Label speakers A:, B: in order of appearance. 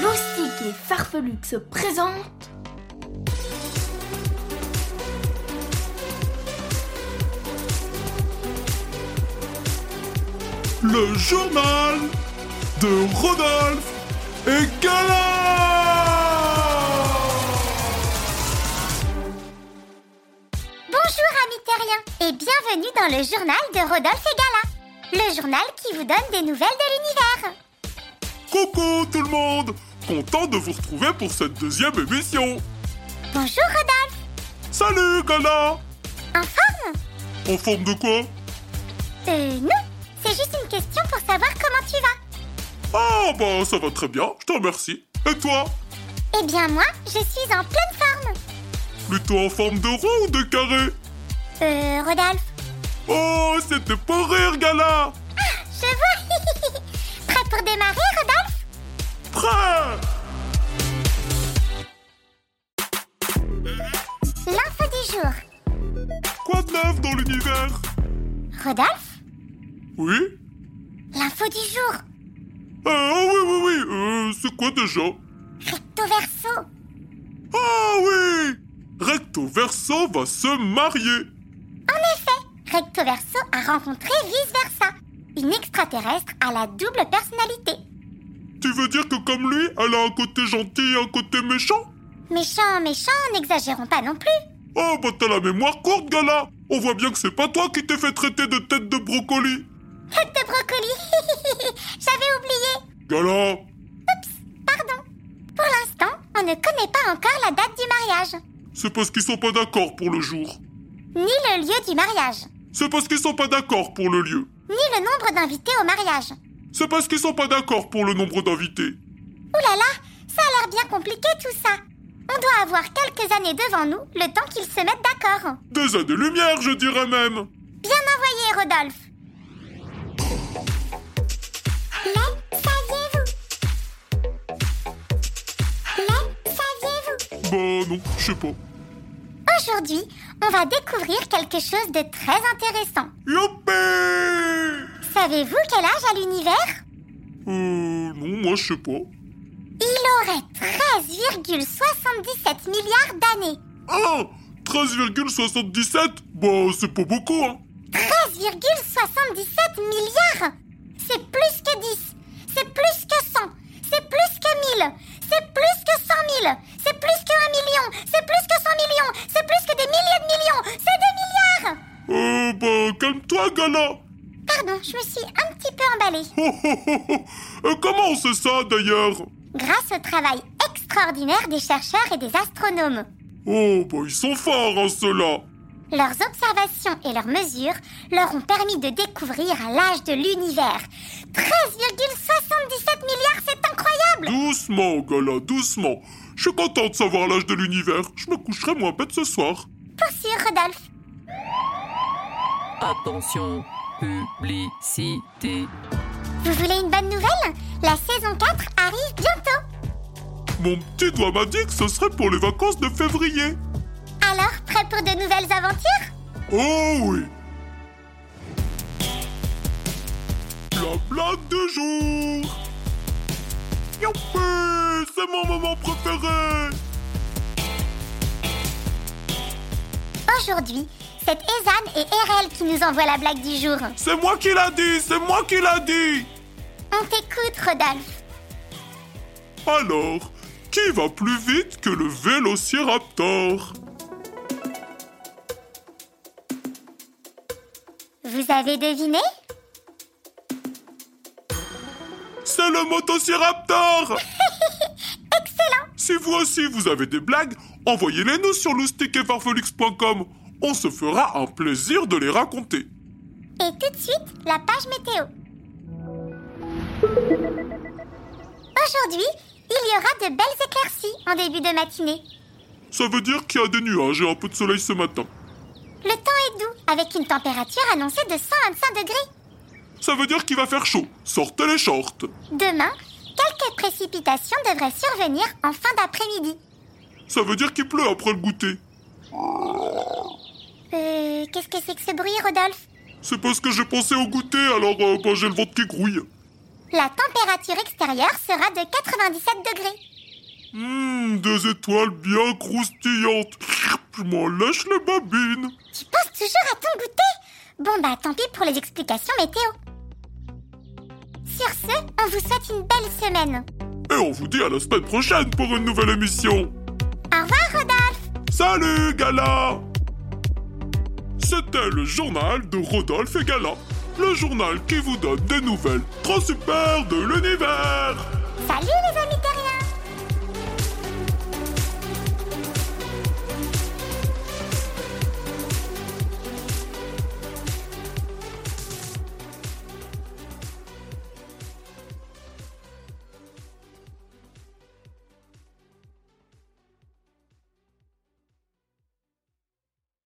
A: Loustique et Farfelux se présentent
B: Le journal de Rodolphe et Gala
C: Bonjour amis terriens et bienvenue dans le journal de Rodolphe et Gala, le journal qui vous donne des nouvelles de l'univers.
B: Coucou tout le monde Content de vous retrouver pour cette deuxième émission
C: Bonjour Rodolphe,
B: Salut Gala
C: en forme
B: En forme de quoi
C: Euh non, c'est juste une question pour savoir comment tu vas.
B: Ah bah ça va très bien, je te remercie. Et toi
C: Eh bien moi, je suis en pleine forme.
B: Plutôt en forme de rond ou de carré
C: Euh Rodolphe,
B: Oh, c'était pour rire Gala
C: Ah, je vois. Prêt pour démarrer Rodolphe
B: Prêt
C: L'info du jour.
B: Quoi de neuf dans l'univers
C: Rodolphe,
B: Oui
C: l'info du jour.
B: Ah oui oui oui, euh, c'est quoi déjà
C: Recto verso.
B: Ah oui Recto Verso va se marier
C: En effet, Recto verso a rencontré vice versa, une extraterrestre à la double personnalité.
B: Tu veux dire que comme lui, elle a un côté gentil et un côté méchant
C: Méchant, méchant, n'exagérons pas non plus.
B: Oh bah t'as la mémoire courte, Gala On voit bien que c'est pas toi qui t'es fait traiter de tête de brocoli
C: Tête de brocoli J'avais oublié
B: Gala
C: Pardon Pour l'instant, on ne connaît pas encore la date du mariage,
B: C'est parce qu'ils sont pas d'accord pour le jour.
C: ni le lieu du mariage,
B: C'est parce qu'ils sont pas d'accord pour le lieu.
C: ni le nombre d'invités au mariage.
B: C'est parce qu'ils sont pas d'accord pour le nombre d'invités.
C: Ouh là là, ça a l'air bien compliqué tout ça On doit avoir quelques années devant nous, le temps qu'ils se mettent d'accord.
B: Des années-lumière, je dirais même
C: Bien envoyé, Rodolphe Le saviez-vous Le saviez-vous
B: Bah non, je sais pas.
C: Aujourd'hui, on va découvrir quelque chose de très intéressant.
B: Youpi
C: Savez-vous quel âge a l'univers
B: Euh, non, moi je sais pas.
C: Il aurait 13,77 milliards d'années.
B: Ah 13,77 Bah, c'est pas beaucoup, hein
C: 13,77 milliards C'est plus que 10, c'est plus que 100, c'est plus que 1000, c'est plus que 100 000, c'est plus que 1 million, c'est plus que 100 millions, c'est plus que des milliers de millions, c'est des milliards
B: Euh, bah, calme-toi, Gala
C: Pardon, je me suis un petit peu emballée.
B: Oh, oh, oh, oh. Et comment c'est ça, d'ailleurs
C: Grâce au travail extraordinaire des chercheurs et des astronomes.
B: Oh, bah, ils sont forts, hein, ceux-là
C: Leurs observations et leurs mesures leur ont permis de découvrir l'âge de l'univers. 13,77 milliards, c'est incroyable
B: Doucement, Gala, doucement Je suis content de savoir l'âge de l'univers. Je me coucherai moins bête ce soir.
C: Poursuivre, Rodolphe.
D: Attention, publicité.
C: Vous voulez une bonne nouvelle La saison 4 arrive bientôt
B: Mon petit doigt m'a dit que ce serait pour les vacances de février.
C: Alors, prêt pour de nouvelles aventures
B: Oh oui La blague du jour Youpi C'est mon moment préféré
C: Aujourd'hui, c'est Ezan et Erel qui nous envoient la blague du jour.
B: C'est moi qui l'a dit C'est moi qui l'a dit
C: On t'écoute, Rodolphe.
B: Alors, qui va plus vite que le vélociraptor
C: Vous avez deviné
B: C'est le motociraptor
C: Excellent
B: Si vous aussi vous avez des blagues, envoyez-les nous sur loustiquetfarfelux.com. On se fera un plaisir de les raconter.
C: Et tout de suite, la page météo. Aujourd'hui, il y aura de belles éclaircies en début de matinée.
B: Ça veut dire qu'il y a des nuages et un peu de soleil ce matin.
C: Le temps est doux, avec une température annoncée de 125 degrés.
B: Ça veut dire qu'il va faire chaud. Sortez les shorts.
C: Demain, quelques précipitations devraient survenir en fin d'après-midi.
B: Ça veut dire qu'il pleut après le goûter.
C: Euh, qu'est-ce que c'est que ce bruit, Rodolphe
B: C'est parce que j'ai pensé au goûter, alors euh, bah, j'ai le ventre qui grouille.
C: La température extérieure sera de 97 degrés.
B: Hum, des étoiles bien croustillantes. Je m'en lâche les babines.
C: Tu penses toujours à ton goûter Bon bah tant pis pour les explications météo. Sur ce, on vous souhaite une belle semaine.
B: Et on vous dit à la semaine prochaine pour une nouvelle émission.
C: Au revoir Rodolphe
B: Salut, Gala C'était le journal de Rodolphe et Gala. Le journal qui vous donne des nouvelles trop super de l'univers
C: Salut les amis